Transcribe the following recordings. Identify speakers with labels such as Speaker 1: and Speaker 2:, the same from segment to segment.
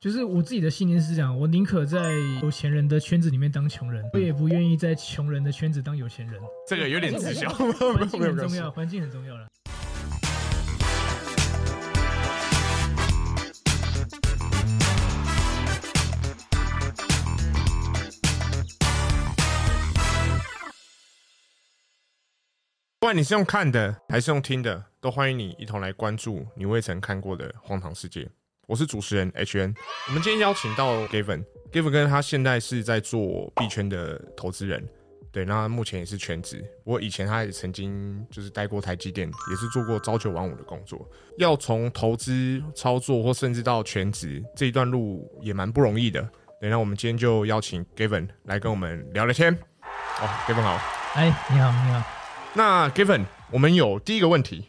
Speaker 1: 就是我自己的信念是这样，我宁可在有钱人的圈子里面当穷人，我也不愿意在穷人的圈子当有钱人。
Speaker 2: 这个有点自小，
Speaker 1: 环境很重要，环境很重要了。
Speaker 2: 不管你是用看的还是用听的，都欢迎你一同来关注你未曾看过的荒唐世界。我是主持人 H N，我们今天邀请到 Gavin，Gavin 跟他现在是在做币圈的投资人，对，那他目前也是全职。不过以前他也曾经就是待过台积电，也是做过朝九晚五的工作。要从投资操作或甚至到全职这一段路也蛮不容易的。对，那我们今天就邀请 Gavin 来跟我们聊聊天。哦，Gavin 好。
Speaker 1: 哎，你好，你好。
Speaker 2: 那 Given，我们有第一个问题，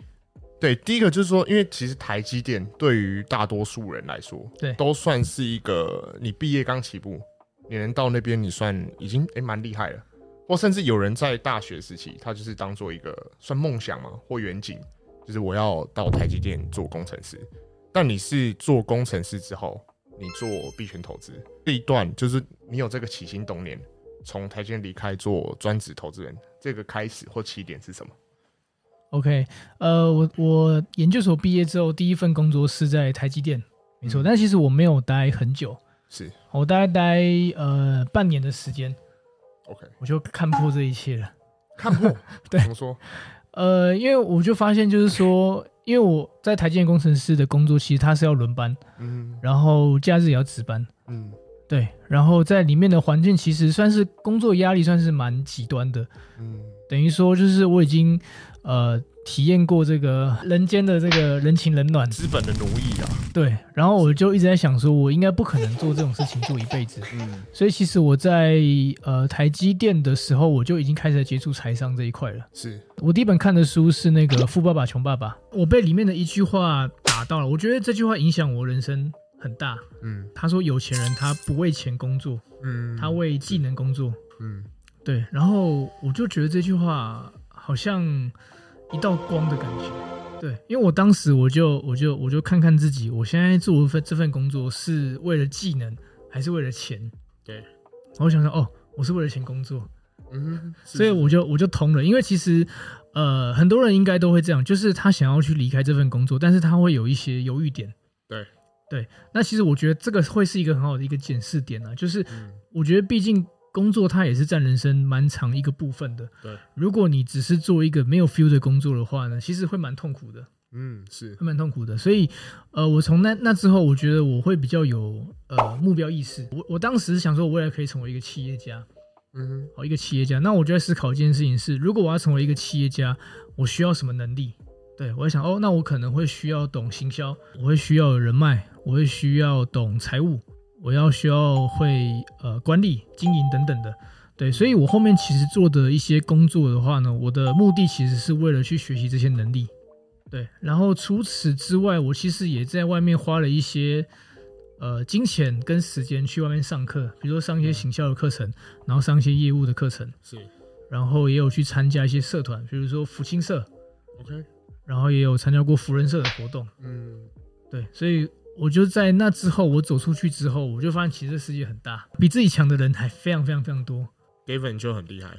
Speaker 2: 对，第一个就是说，因为其实台积电对于大多数人来说，
Speaker 1: 对
Speaker 2: 都算是一个你毕业刚起步，你能到那边，你算已经诶蛮厉害了，或甚至有人在大学时期，他就是当做一个算梦想嘛或远景，就是我要到台积电做工程师。但你是做工程师之后，你做币圈投资这一段，就是你有这个起心动念，从台积电离开做专职投资人，这个开始或起点是什么？
Speaker 1: OK，呃，我我研究所毕业之后第一份工作是在台积电，没错，但其实我没有待很久，
Speaker 2: 是
Speaker 1: 我大概待呃半年的时间，
Speaker 2: OK，
Speaker 1: 我就看破这一切了。
Speaker 2: 看破
Speaker 1: 对
Speaker 2: 怎么说？
Speaker 1: 呃，因为我就发现，就是说，因为我在台积电工程师的工作，其实他是要轮班，
Speaker 2: 嗯
Speaker 1: 然后假日也要值班，
Speaker 2: 嗯
Speaker 1: 对，然后在里面的环境其实算是工作压力算是蛮极端的，
Speaker 2: 嗯，
Speaker 1: 等于说就是我已经呃体验过这个人间的这个人情冷暖，
Speaker 2: 资本的奴役啊，
Speaker 1: 对，然后我就一直在想说，我应该不可能做这种事情做一辈子，
Speaker 2: 嗯
Speaker 1: 所以其实我在呃台积电的时候，我就已经开始在接触财商这一块了。
Speaker 2: 是
Speaker 1: 我第一本看的书是那个《富爸爸穷爸爸》，我被里面的一句话打到了，我觉得这句话影响我人生很大。
Speaker 2: 嗯
Speaker 1: 他说，有钱人他不为钱工作，
Speaker 2: 嗯
Speaker 1: 他为技能工作。
Speaker 2: 嗯
Speaker 1: 对，然后我就觉得这句话好像一道光的感觉。对，因为我当时我就我就我就看看自己，我现在做份这份工作是为了技能还是为了钱？
Speaker 2: 对
Speaker 1: 然后我想说，哦，我是为了钱工作，
Speaker 2: 嗯，是
Speaker 1: 所以我就我就通了，因为其实，呃，很多人应该都会这样，就是他想要去离开这份工作，但是他会有一些犹豫点。
Speaker 2: 对
Speaker 1: 对，那其实我觉得这个会是一个很好的一个检视点啊，就是
Speaker 2: 嗯
Speaker 1: 我觉得毕竟工作它也是占人生蛮长一个部分的。
Speaker 2: 对，
Speaker 1: 如果你只是做一个没有 feel 的工作的话呢，其实会蛮痛苦的，
Speaker 2: 嗯是
Speaker 1: 会蛮痛苦的。所以，呃，我从那那之后，我觉得我会比较有呃目标意识。我我当时想说，我未来可以成为一个企业家。
Speaker 2: 嗯
Speaker 1: 好一个企业家。那我就在思考一件事情是，如果我要成为一个企业家，我需要什么能力？对我在想，哦，那我可能会需要懂行销，我会需要有人脉，我会需要懂财务，我要需要会呃管理、经营等等的。对，所以我后面其实做的一些工作的话呢，我的目的其实是为了去学习这些能力。对，然后除此之外，我其实也在外面花了一些呃金钱跟时间去外面上课，比如说上一些行销的课程，然后上一些业务的课程，
Speaker 2: 是
Speaker 1: 然后也有去参加一些社团，比如说福清社，
Speaker 2: OK
Speaker 1: 然后也有参加过福人社的活动。
Speaker 2: 嗯
Speaker 1: 对，所以我就在那之后，我走出去之后，我就发现其实这世界很大，比自己强的人还非常非常非常多。
Speaker 2: ，Gavin 就很厉害，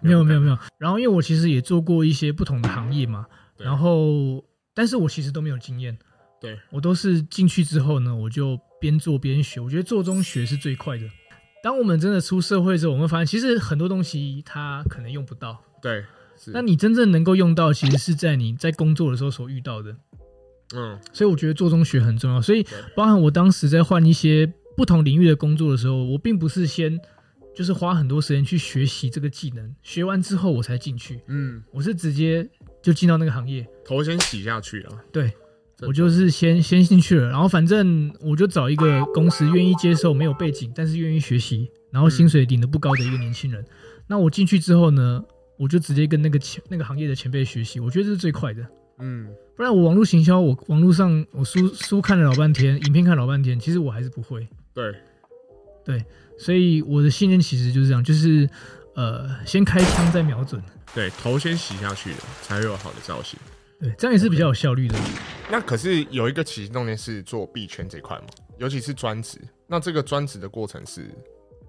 Speaker 1: 没有没有没有。然后因为我其实也做过一些不同的行业嘛，
Speaker 2: 对
Speaker 1: 然后但是我其实都没有经验，
Speaker 2: 对
Speaker 1: 我都是进去之后呢，我就边做边学。我觉得做中学是最快的。当我们真的出社会之后，我们发现其实很多东西它可能用不到，
Speaker 2: 对是
Speaker 1: 那你真正能够用到，其实是在你在工作的时候所遇到的。
Speaker 2: 嗯
Speaker 1: 所以我觉得做中学很重要。所以
Speaker 2: 对
Speaker 1: 包含我当时在换一些不同领域的工作的时候，我并不是先就是花很多时间去学习这个技能，学完之后我才进去，
Speaker 2: 嗯
Speaker 1: 我是直接就进到那个行业。
Speaker 2: 头先洗下去啊了，
Speaker 1: 对
Speaker 2: 真的
Speaker 1: 我就是先先进去了，然后反正我就找一个公司愿意接受没有背景，但是愿意学习，然后薪水领的不高的一个年轻人。那我进去之后呢，我就直接跟那个前那个行业的前辈学习，我觉得这是最快的。
Speaker 2: 嗯
Speaker 1: 不然我网络行销，我网络上我书书看了老半天，影片看了老半天，其实我还是不会。
Speaker 2: 对
Speaker 1: 所以我的信念其实就是这样，就是呃，先开枪再瞄准。
Speaker 2: 对，头先洗下去了，才会有好的造型。
Speaker 1: 对，这样也是比较有效率的。
Speaker 2: 那可是有一个起心动念是做币圈这一块嘛，尤其是专职。那这个专职的过程是，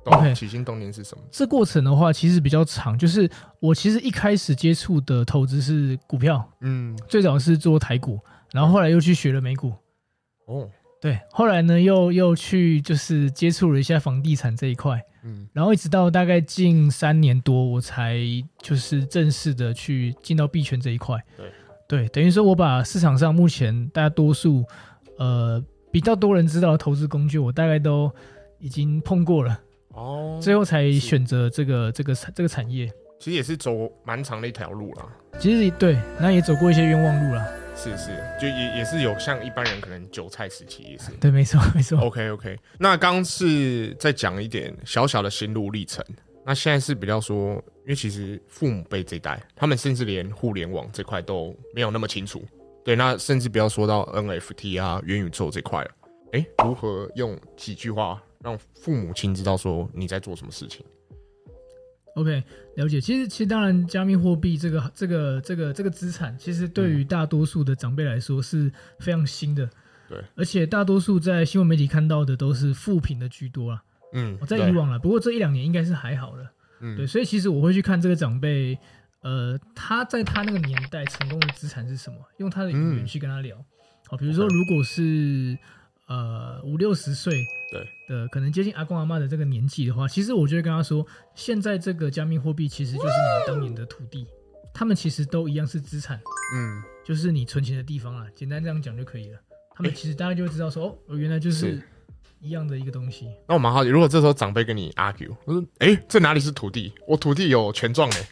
Speaker 2: 动
Speaker 1: OK
Speaker 2: 起心动念是什么？
Speaker 1: 这过程的话，其实比较长，就是我其实一开始接触的投资是股票，
Speaker 2: 嗯，
Speaker 1: 最早是做台股，然后后来又去学了美股，
Speaker 2: 哦，
Speaker 1: 对，后来呢又又去就是接触了一下房地产这一块，
Speaker 2: 嗯，
Speaker 1: 然后一直到大概近三年多，我才就是正式的去进到币圈这一块。
Speaker 2: 对
Speaker 1: 对，等于说我把市场上目前大多数呃比较多人知道的投资工具，我大概都已经碰过了，
Speaker 2: 哦，
Speaker 1: 最后才
Speaker 2: 是
Speaker 1: 选择这个这个这个产业。
Speaker 2: 其实也是走蛮长的一条路啦。
Speaker 1: 其实对，那也走过一些冤枉路啦。
Speaker 2: 是是，就也也是有像一般人可能韭菜时期也是。
Speaker 1: 对，没错没错。
Speaker 2: OK OK，那刚刚是再讲一点小小的心路历程。那现在是比较说，因为其实父母辈这一代，他们甚至连互联网这块都没有那么清楚。对，那甚至不要说到 NFT 啊、元宇宙这块了。诶，如何用几句话让父母亲知道说你在做什么事情？
Speaker 1: OK，了解。其实，其实当然，加密货币这个、这个、这个、这个资产，其实对于大多数的长辈来说是非常新的。
Speaker 2: 对，
Speaker 1: 而且大多数在新闻媒体看到的都是负评的居多啦。哦
Speaker 2: 嗯
Speaker 1: 我，在以往啦，不过这一两年应该是还好了。
Speaker 2: 嗯
Speaker 1: 对，所以其实我会去看这个长辈，呃，他在他那个年代成功的资产是什么，用他的语言
Speaker 2: 嗯
Speaker 1: 去跟他聊。好，比如说，如果是呃五六十岁
Speaker 2: 对
Speaker 1: 的，可能接近阿公阿妈的这个年纪的话，其实我就会跟他说，现在这个加密货币其实就是你们当年的土地，他们其实都一样是资产，
Speaker 2: 嗯，
Speaker 1: 就是你存钱的地方啊，简单这样讲就可以了。他们
Speaker 2: 诶
Speaker 1: 其实大家就会知道说，哦，原来就是
Speaker 2: 是
Speaker 1: 一样的一个东西。
Speaker 2: 那我蛮好奇，如果这时候长辈跟你 argue，我说：“诶，这哪里是土地？我土地有权状诶，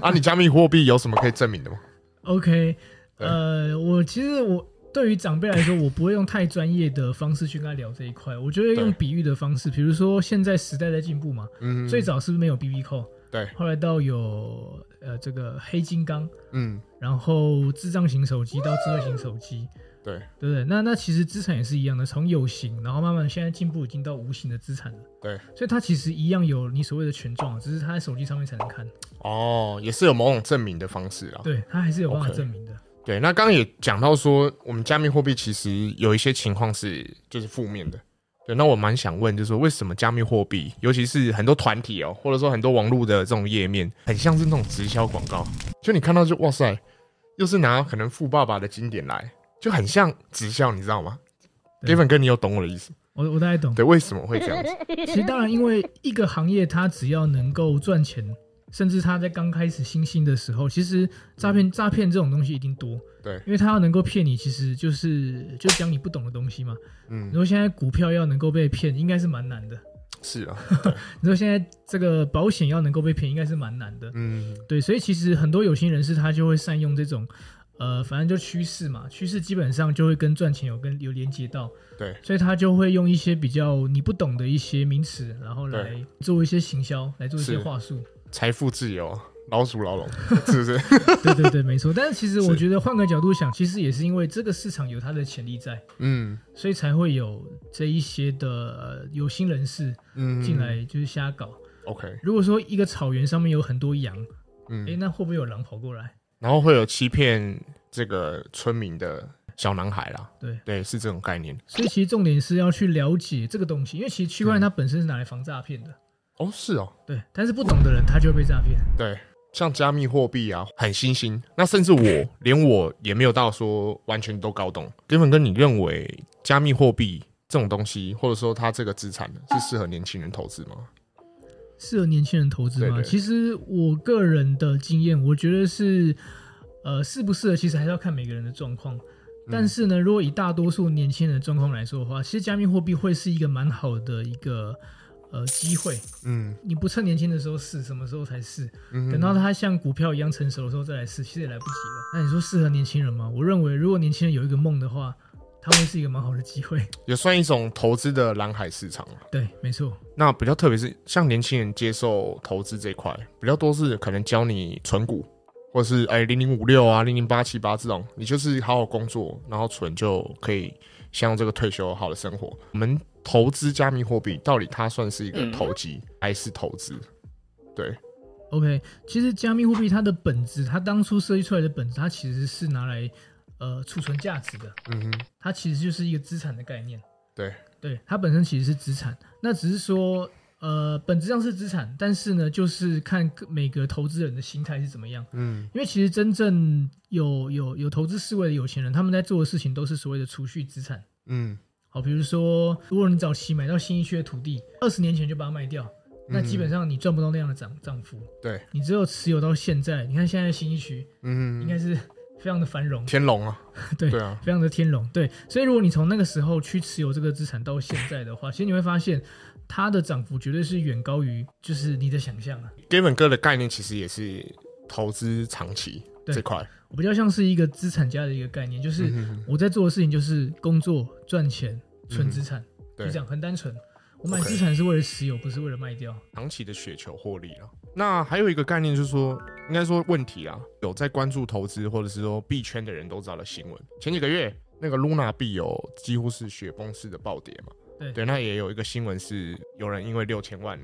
Speaker 2: 啊，你加密货币有什么可以证明的吗
Speaker 1: OK，
Speaker 2: 对
Speaker 1: 呃，我其实我对于长辈来说，我不会用太专业的方式去跟他聊这一块，我就会用
Speaker 2: 对
Speaker 1: 比喻的方式，比如说现在时代在进步嘛，？”
Speaker 2: 嗯，
Speaker 1: 最早是不是没有 BB 扣，
Speaker 2: 对，
Speaker 1: 后来到有呃这个黑金刚，
Speaker 2: 嗯，
Speaker 1: 然后智障型手机到智慧型手机，
Speaker 2: 对，
Speaker 1: 对不对？那那其实资产也是一样的，从有形，然后慢慢现在进步已经到无形的资产了，
Speaker 2: 对，
Speaker 1: 所以它其实一样有你所谓的权状，只是它在手机上面才能看，
Speaker 2: 哦，也是有某种证明的方式啦。
Speaker 1: 对，它还是有办法
Speaker 2: OK
Speaker 1: 证明的。
Speaker 2: 对，那刚刚也讲到说，我们加密货币其实有一些情况是就是负面的。对，那我蛮想问，就是说为什么加密货币，尤其是很多团体哦、或者说很多网络的这种页面，很像是那种直销广告，就你看到就哇塞，又是拿可能富爸爸的经典来，就很像直销，你知道吗
Speaker 1: 对
Speaker 2: ？Gavin 哥，你有懂我的意思？
Speaker 1: 我我大概懂。
Speaker 2: 对，为什么会这样子？
Speaker 1: 其实当然，因为一个行业它只要能够赚钱，甚至它在刚开始新兴的时候，其实诈骗诈骗这种东西一定多。
Speaker 2: 对
Speaker 1: 因为它要能够骗你，其实就是就讲你不懂的东西嘛。你
Speaker 2: 嗯，
Speaker 1: 说现在股票要能够被骗，应该是蛮难的。
Speaker 2: 是啊，
Speaker 1: 你说现在这个保险要能够被骗，应该是蛮难的。
Speaker 2: 嗯，
Speaker 1: 对，所以其实很多有心人士他就会善用这种，呃，反正就趋势嘛，趋势基本上就会跟赚钱有跟有连接到，
Speaker 2: 对，
Speaker 1: 所以他就会用一些比较你不懂的一些名词，然后来做一些行销，来做一些
Speaker 2: 是
Speaker 1: 话术。
Speaker 2: 财富自由，老鼠牢笼，是不是？
Speaker 1: 对对对，没错。但是其实我
Speaker 2: 是
Speaker 1: 觉得换个角度想，其实也是因为这个市场有它的潜力在，
Speaker 2: 嗯
Speaker 1: 所以才会有这一些的、呃、有心人士
Speaker 2: 嗯，
Speaker 1: 进来就是瞎搞。
Speaker 2: ，OK，
Speaker 1: 如果说一个草原上面有很多羊，
Speaker 2: 嗯
Speaker 1: 诶，，那会不会有狼跑过来？
Speaker 2: 然后会有欺骗这个村民的小男孩啦。
Speaker 1: 对
Speaker 2: 对，是这种概念。
Speaker 1: 所以其实重点是要去了解这个东西，因为其实区块链它本身是拿来防诈骗的，
Speaker 2: 哦，是哦，
Speaker 1: 对。但是不懂的人他就会被诈骗，
Speaker 2: 对，像加密货币啊，很新兴。那甚至我连我也没有到说完全都搞懂。根本跟你认为加密货币这种东西，或者说它这个资产是适合年轻人投资吗？
Speaker 1: 适合年轻人投资吗？
Speaker 2: 对对
Speaker 1: 其实我个人的经验，我觉得是，呃，适不适合其实还是要看每个人的状况。
Speaker 2: 嗯
Speaker 1: 但是呢，如果以大多数年轻人的状况来说的话，其实加密货币会是一个蛮好的一个呃机会。
Speaker 2: 嗯
Speaker 1: 你不趁年轻的时候试，什么时候才试？
Speaker 2: 嗯
Speaker 1: 等到它像股票一样成熟的时候再来试，其实也来不及了。那你说适合年轻人吗？我认为，如果年轻人有一个梦的话，它会是一个蛮好的机会。
Speaker 2: 也算一种投资的蓝海市场啊。
Speaker 1: 对，没错，
Speaker 2: 那比较特别是像年轻人接受投资这一块，比较多是可能教你存股，或者是哎零零五六啊零零八七八这种，你就是好好工作，然后存就可以享有这个退休好的生活。我们投资加密货币到底它算是一个投机还是投资？对，
Speaker 1: OK，其实加密货币它的本质，它当初设计出来的本质，它其实是拿来呃储存价值的，
Speaker 2: 嗯哼，
Speaker 1: 它其实就是一个资产的概念。
Speaker 2: 对，
Speaker 1: 对，它本身其实是资产，那只是说，呃，本质上是资产，但是呢，就是看各每个投资人的心态是怎么样。
Speaker 2: 嗯
Speaker 1: 因为其实真正有有有投资思维的有钱人，他们在做的事情都是所谓的储蓄资产。
Speaker 2: 嗯，
Speaker 1: 好，比如说，如果你早期买到新一区的土地，二十年前就把它卖掉，那基本上你赚不到那样的涨涨幅。
Speaker 2: 嗯对，
Speaker 1: 你只有持有到现在，你看现在新一区应
Speaker 2: 嗯哼，
Speaker 1: 该是 非常的繁荣，，
Speaker 2: 天龙啊
Speaker 1: 对
Speaker 2: 对啊，
Speaker 1: 非常的天龙。对，所以如果你从那个时候去持有这个资产到现在的话，其实你会发现它的涨幅绝对是远高于就是你的想象啊。
Speaker 2: Gavin 哥的概念其实也是投资长期
Speaker 1: 对
Speaker 2: 这块，
Speaker 1: 我比较像是一个资产家的一个概念，就是
Speaker 2: 嗯哼
Speaker 1: 我在做的事情就是工作、赚钱、存资产，就
Speaker 2: 嗯对
Speaker 1: 这样很单纯。我买
Speaker 2: OK
Speaker 1: 资产是为了持有，不是为了卖掉。
Speaker 2: 长期的雪球获利了。那还有一个概念就是说，应该说问题啊，有在关注投资或者是说币圈的人都知道的新闻。前几个月那个 Luna 币有几乎是雪崩式的暴跌嘛，
Speaker 1: 对
Speaker 2: 那也有一个新闻是有人因为六千万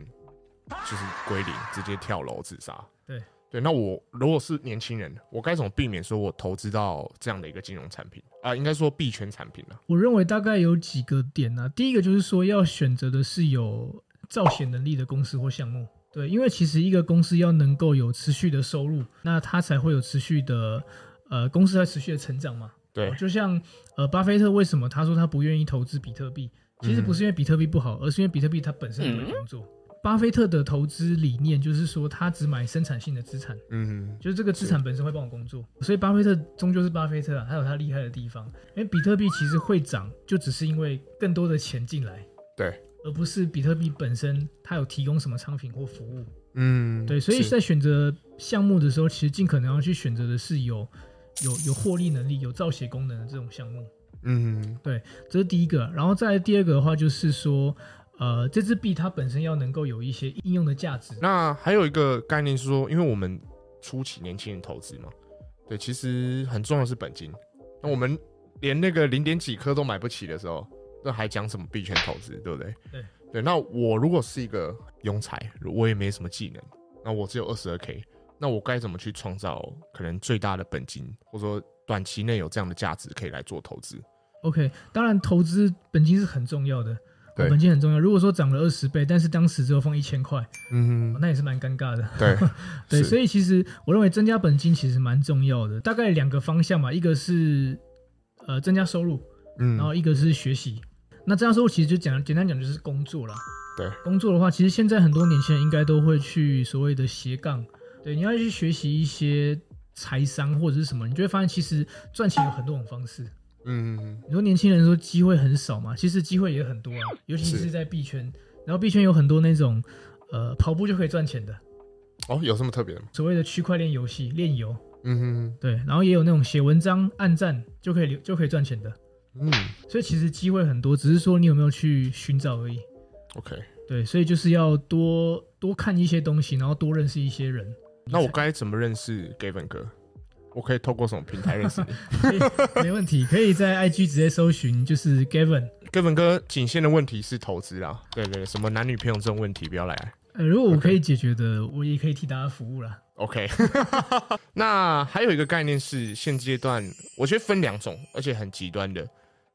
Speaker 2: 就是归零，直接跳楼自杀。
Speaker 1: 对
Speaker 2: 对，那我如果是年轻人，我该怎么避免说我投资到这样的一个金融产品啊、应该说币圈产品啊。
Speaker 1: 我认为大概有几个点呢、啊。第一个就是说，要选择的是有造血能力的公司或项目。对，因为其实一个公司要能够有持续的收入，那它才会有持续的，呃，公司才持续的成长嘛。
Speaker 2: 对
Speaker 1: 哦，就像呃，巴菲特为什么他说他不愿意投资比特币？其实不是因为比特币不好，而是因为比特币它本身不会工作。
Speaker 2: 嗯
Speaker 1: 巴菲特的投资理念就是说，他只买生产性的资产，
Speaker 2: 嗯，
Speaker 1: 就是这个资产本身会帮我工作，所以巴菲特终究是巴菲特啊，他有他厉害的地方。因为比特币其实会涨，就只是因为更多的钱进来，
Speaker 2: 对，
Speaker 1: 而不是比特币本身它有提供什么商品或服务。
Speaker 2: 嗯，
Speaker 1: 对，所以
Speaker 2: 是
Speaker 1: 在选择项目的时候，其实尽可能要去选择的是有有有获利能力、有造血功能的这种项目，
Speaker 2: 嗯
Speaker 1: 这是第一个。然后再来第二个的话，就是说，呃，这支币它本身要能够有一些应用的价值。
Speaker 2: 那还有一个概念是说，因为我们初期年轻人投资嘛，对，其实很重要的是本金。那我们连那个零点几颗都买不起的时候，那还讲什么币圈投资，对不对？
Speaker 1: 对
Speaker 2: 对。那我如果是一个庸才，我也没什么技能，那我只有二十二 k，那我该怎么去创造可能最大的本金，或者说短期内有这样的价值可以来做投资？
Speaker 1: OK，当然投资本金是很重要的，哦
Speaker 2: 对
Speaker 1: 本金很重要。如果说涨了二十倍，但是当时只有放一千块，
Speaker 2: 嗯哼，
Speaker 1: 那也是蛮尴尬的。
Speaker 2: 对
Speaker 1: 对，
Speaker 2: 是
Speaker 1: 所以其实我认为增加本金其实蛮重要的，大概两个方向吧，一个是呃增加收入，然
Speaker 2: 嗯，
Speaker 1: 后一个是学习。那增加收入其实就讲简单讲就是工作啦。
Speaker 2: 对，
Speaker 1: 工作的话，其实现在很多年轻人应该都会去所谓的斜杠，对，你要去学习一些财商或者是什么，你就会发现其实赚钱有很多种方式。
Speaker 2: 嗯，
Speaker 1: 你说年轻人说机会很少嘛，其实机会也很多啊，尤其是
Speaker 2: 是
Speaker 1: 在币圈，然后币圈有很多那种呃跑步就可以赚钱的，
Speaker 2: 哦，有这么特别的吗？
Speaker 1: 所谓的区块链游戏炼油，
Speaker 2: 嗯
Speaker 1: 对，然后也有那种写文章按赞就可以留就可以赚钱的，
Speaker 2: 哼，嗯
Speaker 1: 所以其实机会很多，只是说你有没有去寻找而已。
Speaker 2: ，OK。
Speaker 1: 对，所以就是要多多看一些东西，然后多认识一些人。
Speaker 2: 那我该怎么认识 Gavin 哥？我可以透过什么平台认识你
Speaker 1: 没问题，可以在 IG 直接搜寻，就是 Gavin。
Speaker 2: ？Gavin 哥仅限的问题是投资啦，对对，对什么男女朋友这种问题不要来。
Speaker 1: 呃，如果我
Speaker 2: OK
Speaker 1: 可以解决的我也可以替大家服务啦。
Speaker 2: OK，那还有一个概念是现阶段，我觉得分两种，而且很极端的。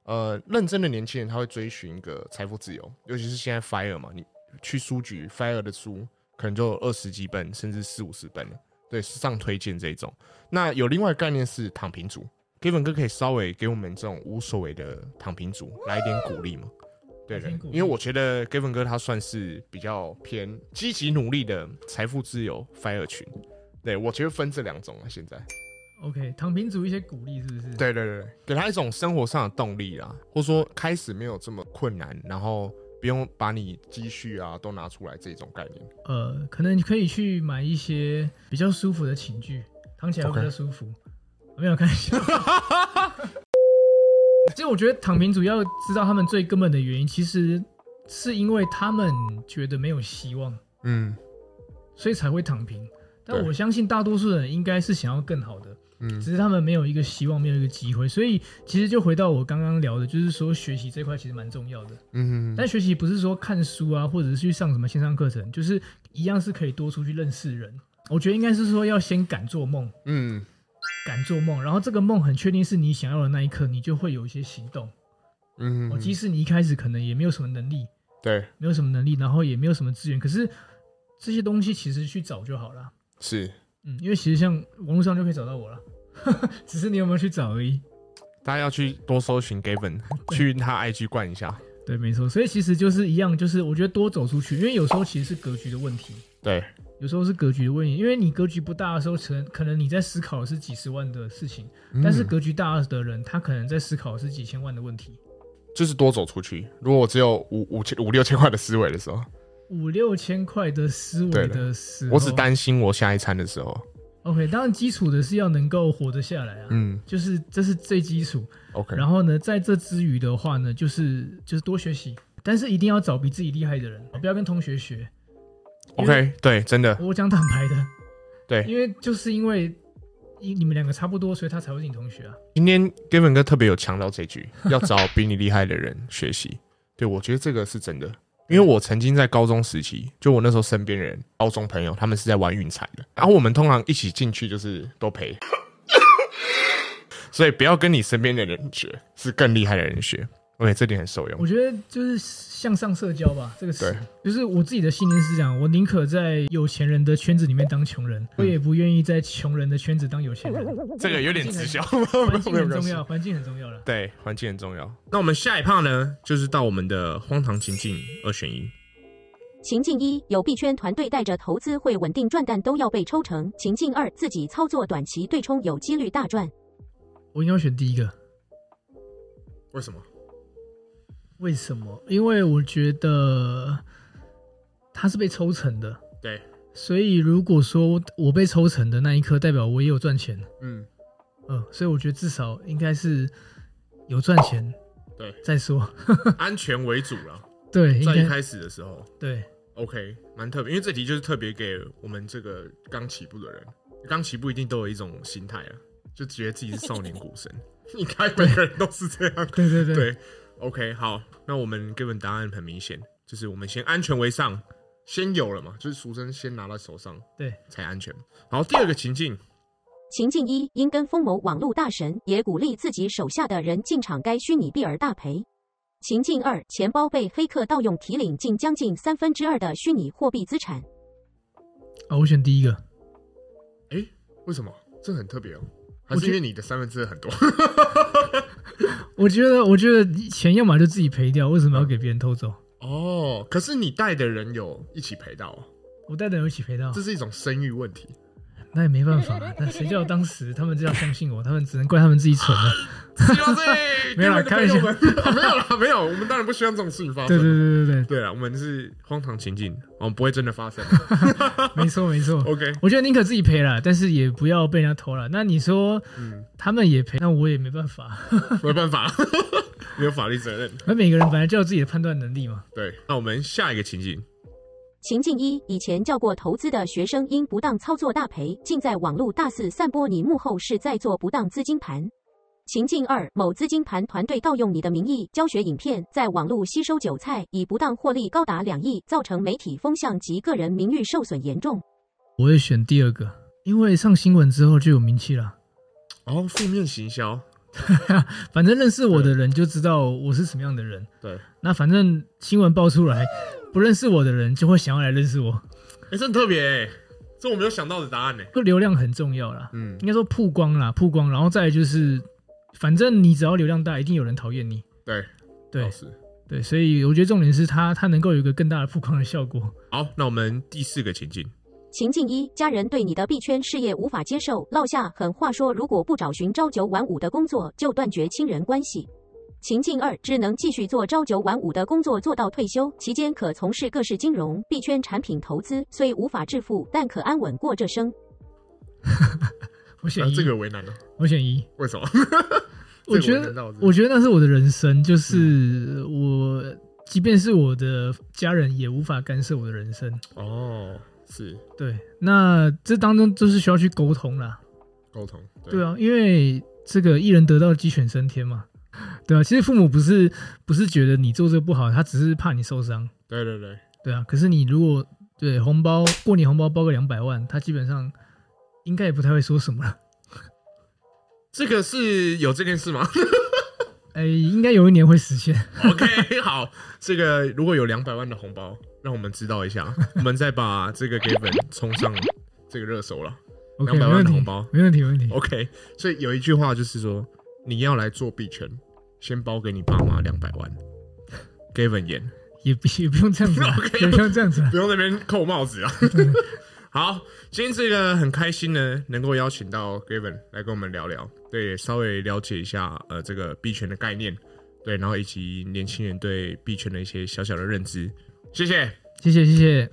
Speaker 2: 呃，认真的年轻人他会追寻一个财富自由，尤其是现在 Fire 嘛，你去书局 Fire 的书可能就有二十几本，甚至四五十本了。对，上推荐这一种。那有另外一个概念是躺平族，Gavin 哥可以稍微给我们这种无所谓的躺平族来一点鼓励吗？对
Speaker 1: 来
Speaker 2: 对
Speaker 1: 点鼓，励
Speaker 2: 因为我觉得 Gavin 哥他算是比较偏积极努力的财富自由 Fire 群。对，我觉得分这两种啊，现在。
Speaker 1: OK，躺平族一些鼓励是不是？
Speaker 2: 对对对，对给他一种生活上的动力啦，或者说开始没有这么困难，然后不用把你积蓄啊都拿出来这种概念。
Speaker 1: 呃，可能你可以去买一些比较舒服的寝具，躺起来会比较舒服。没有开玩笑。 其实我觉得躺平族要知道他们最根本的原因，其实是因为他们觉得没有希望，
Speaker 2: 嗯
Speaker 1: 所以才会躺平。但
Speaker 2: 对
Speaker 1: 我相信大多数人应该是想要更好的，
Speaker 2: 嗯
Speaker 1: 只是他们没有一个希望，没有一个机会。所以其实就回到我刚刚聊的，就是说学习这块其实蛮重要的。
Speaker 2: 嗯
Speaker 1: 但学习不是说看书啊，或者是去上什么线上课程，就是一样是可以多出去认识人，我觉得应该是说要先敢做梦，
Speaker 2: 嗯，
Speaker 1: 敢做梦，然后这个梦很确定是你想要的那一刻，你就会有一些行动。
Speaker 2: 嗯
Speaker 1: 哦，即使你一开始可能也没有什么能力，
Speaker 2: 对，
Speaker 1: 没有什么能力，然后也没有什么资源，可是这些东西其实去找就好了。
Speaker 2: 是
Speaker 1: 嗯，因为其实像网络上就可以找到我了， 只是你有没有去找而已。
Speaker 2: 大家要去多搜寻 Gavin，去他 IG 灌一下。
Speaker 1: 对，没错，所以其实就是一样，就是我觉得多走出去，因为有时候其实是格局的问题，
Speaker 2: 对，
Speaker 1: 有时候是格局的问题，因为你格局不大的时候，可能可能你在思考的是几十万的事情，
Speaker 2: 嗯
Speaker 1: 嗯但是格局大的人，他可能在思考的是几千万的问题，
Speaker 2: 就是多走出去。如果我只有五五千五六千块的思维的时候，
Speaker 1: 五六千块的思维
Speaker 2: 对
Speaker 1: 的
Speaker 2: 的
Speaker 1: 时候，
Speaker 2: 我只担心我下一餐的时候，
Speaker 1: OK，当然基础的是要能够活得下来啊，
Speaker 2: 嗯
Speaker 1: 就是这是最基础。
Speaker 2: ，OK，
Speaker 1: 然后呢，在这之余的话呢，就是就是多学习，但是一定要找比自己厉害的人，不要跟同学学。因为
Speaker 2: OK，对，真的，
Speaker 1: 我讲坦白的，
Speaker 2: 对。
Speaker 1: 因为就是因为你你们两个差不多，所以他才会是你同学啊。
Speaker 2: 今天 Gavin 哥特别有强调 这句，要找比你厉害的人学习。对，我觉得这个是真的，因为我曾经在高中时期，就我那时候身边人，高中朋友他们是在玩运彩的，然后我们通常一起进去就是 都赔，所以不要跟你身边的人学，是更厉害的人学。OK，这点很受用。
Speaker 1: 我觉得就是向上社交吧，这个词
Speaker 2: 对
Speaker 1: 就是我自己的信念是这样：我宁可在有钱人的圈子里面当穷
Speaker 2: 嗯
Speaker 1: 人，我也不愿意在穷人的圈子当有钱 人。
Speaker 2: 这个有点直 销，
Speaker 1: 环境
Speaker 2: 没有
Speaker 1: 很
Speaker 2: 没有
Speaker 1: 重要，环境很重要了。
Speaker 2: 对，环境很重要。那我们下一趴呢，就是到我们的荒唐情境二选一。
Speaker 3: 情境一，有币圈团队带着投资会稳定赚，但都要被抽成。情境二，自己操作短期对冲，有几率大赚。
Speaker 1: 我应该会选第一个。
Speaker 2: 为什么？
Speaker 1: 为什么？因为我觉得它是被抽成的，
Speaker 2: 对，
Speaker 1: 所以如果说我被抽成的那一刻，代表我也有赚钱，
Speaker 2: 嗯，
Speaker 1: 嗯、所以我觉得至少应该是有赚钱
Speaker 2: 对，
Speaker 1: 再说。
Speaker 2: 安全为主啦。
Speaker 1: 对，应
Speaker 2: 在一
Speaker 1: 该
Speaker 2: 开始的时候
Speaker 1: 对，
Speaker 2: ，OK，蛮特别，因为这题就是特别给我们这个刚起步的人，刚起步一定都有一种心态啊，就觉得自己是少年股神， 应该每个人都是这样。
Speaker 1: 对对对，
Speaker 2: 对，OK，好，那我们 given 答案很明显，就是我们先安全为上，先有了嘛，就是俗称先拿到手上，
Speaker 1: 对，
Speaker 2: 才安全。好，第二个情境，
Speaker 3: 情境一，因跟风某网络大神，也鼓励自己手下的人进场该虚拟币而大赔。情境二，钱包被黑客盗用，提领近将近三分之二的虚拟货币资产。
Speaker 1: 啊，我选第一个。
Speaker 2: 哎、为什么这很特别哦？还
Speaker 1: 我觉
Speaker 2: 是因为你的三分之二 很多？
Speaker 1: 我觉得，我觉得钱要么就自己赔掉，为什么要给别人偷走？
Speaker 2: 哦，可是你带的人有一起赔到、哦，
Speaker 1: 我带的人一起赔到
Speaker 2: 这，是一种声誉问题。
Speaker 1: 那也没办法、啊。那谁叫当时他们就要相信我？他们只能怪他们自己蠢啊 了。
Speaker 2: 希望这
Speaker 1: 没有啦
Speaker 2: 各
Speaker 1: 开
Speaker 2: 位的朋友们 没有啦，没有，我们当然不希望这种事情发
Speaker 1: 对
Speaker 2: 生。
Speaker 1: 对对对
Speaker 2: 对啦，啊我们是荒唐情境，我们不会真的 发生。
Speaker 1: 对，没错没错。
Speaker 2: OK，
Speaker 1: 我觉得宁可自己赔了，但是也不要被人家偷了。那你说
Speaker 2: 嗯，
Speaker 1: 他们也赔，那我也没办法。
Speaker 2: 没办法， 没有法律责任。
Speaker 1: 那每个人本来就有自己的判断能力嘛。
Speaker 2: 对，那我们下一个情境，
Speaker 3: 情境一，以前教过投资的学生因不当操作大赔，竟在网络大肆散播你幕后是在做不当资金盘。情境二，某资金盘团队盗用你的名义教学影片，在网络吸收韭菜，以不当获利高达两亿，造成媒体风向及个人名誉受损严重。
Speaker 1: 我会选第二个，因为上新闻之后就有名气了。
Speaker 2: 哦，负面行销，
Speaker 1: 反正认识我的人就知道我是什么样的人。
Speaker 2: 对，
Speaker 1: 那反正新闻爆出来，不认识我的人就会想要来认识我。
Speaker 2: 哎，这很特别、欸，这我没有想到的答案呢、
Speaker 1: 这个流量很重要啦，
Speaker 2: 嗯
Speaker 1: 应，该说曝光啦，曝光，然后再来就是，反正你只要流量大，一定有人讨厌你。
Speaker 2: 对，
Speaker 1: 对
Speaker 2: 倒是。
Speaker 1: 对，所以我觉得重点是它它能够有一个更大的曝光的效果。
Speaker 2: 好，那我们第四个情境，
Speaker 3: 情境一，家人对你的币圈事业无法接受，落下狠话说，如果不找寻朝九晚五的工作，就断绝亲人关系。情境二，只能继续做朝九晚五的工作，做到退休，期间可从事各式金融、币圈产品投资，虽无法致富，但可安稳过这生。
Speaker 1: 我选
Speaker 2: 啊
Speaker 1: 一，
Speaker 2: 这个为难了，
Speaker 1: 我选一。
Speaker 2: 为什么？
Speaker 1: 我
Speaker 2: 这嗯
Speaker 1: 觉
Speaker 2: 个难道
Speaker 1: 得
Speaker 2: 是，
Speaker 1: 我觉得那是我的人生，就是我，即便是我的家人也无法干涉我的人生。
Speaker 2: 哦，是
Speaker 1: 对，那这当中就是需要去沟通啦。
Speaker 2: 沟通，
Speaker 1: 对啊，因为这个一人得道鸡犬升天嘛。对啊，其实父母不是不是觉得你做这个不好，他只是怕你受伤。
Speaker 2: 对对对，
Speaker 1: 对啊，可是你如果对，红包过年红包包个两百万，他基本上应该也不太会说什么了。
Speaker 2: 这个是有这件事吗
Speaker 1: 哎、应该有一年会实现。
Speaker 2: ？OK，好，这个如果有两百万的红包，让我们知道一下，我们再把这个给粉冲上这个热搜了。
Speaker 1: OK，
Speaker 2: 200万
Speaker 1: 没问
Speaker 2: 的
Speaker 1: 题，
Speaker 2: 红包
Speaker 1: 没问题，没问题。
Speaker 2: OK，所以有一句话就是说，你要来做币圈，先包给你爸妈两百万。Gavin 演，
Speaker 1: 也不也不用这样 子、啊
Speaker 2: OK
Speaker 1: 也不用这样子、啊。
Speaker 2: 不用那边扣帽子啊。 好，今天这个很开心呢，能够邀请到 Gavin 来跟我们聊聊，对，稍微了解一下呃这个币圈的概念，对，然后以及年轻人对币圈的一些小小的认知。谢谢，
Speaker 1: 谢谢，谢谢。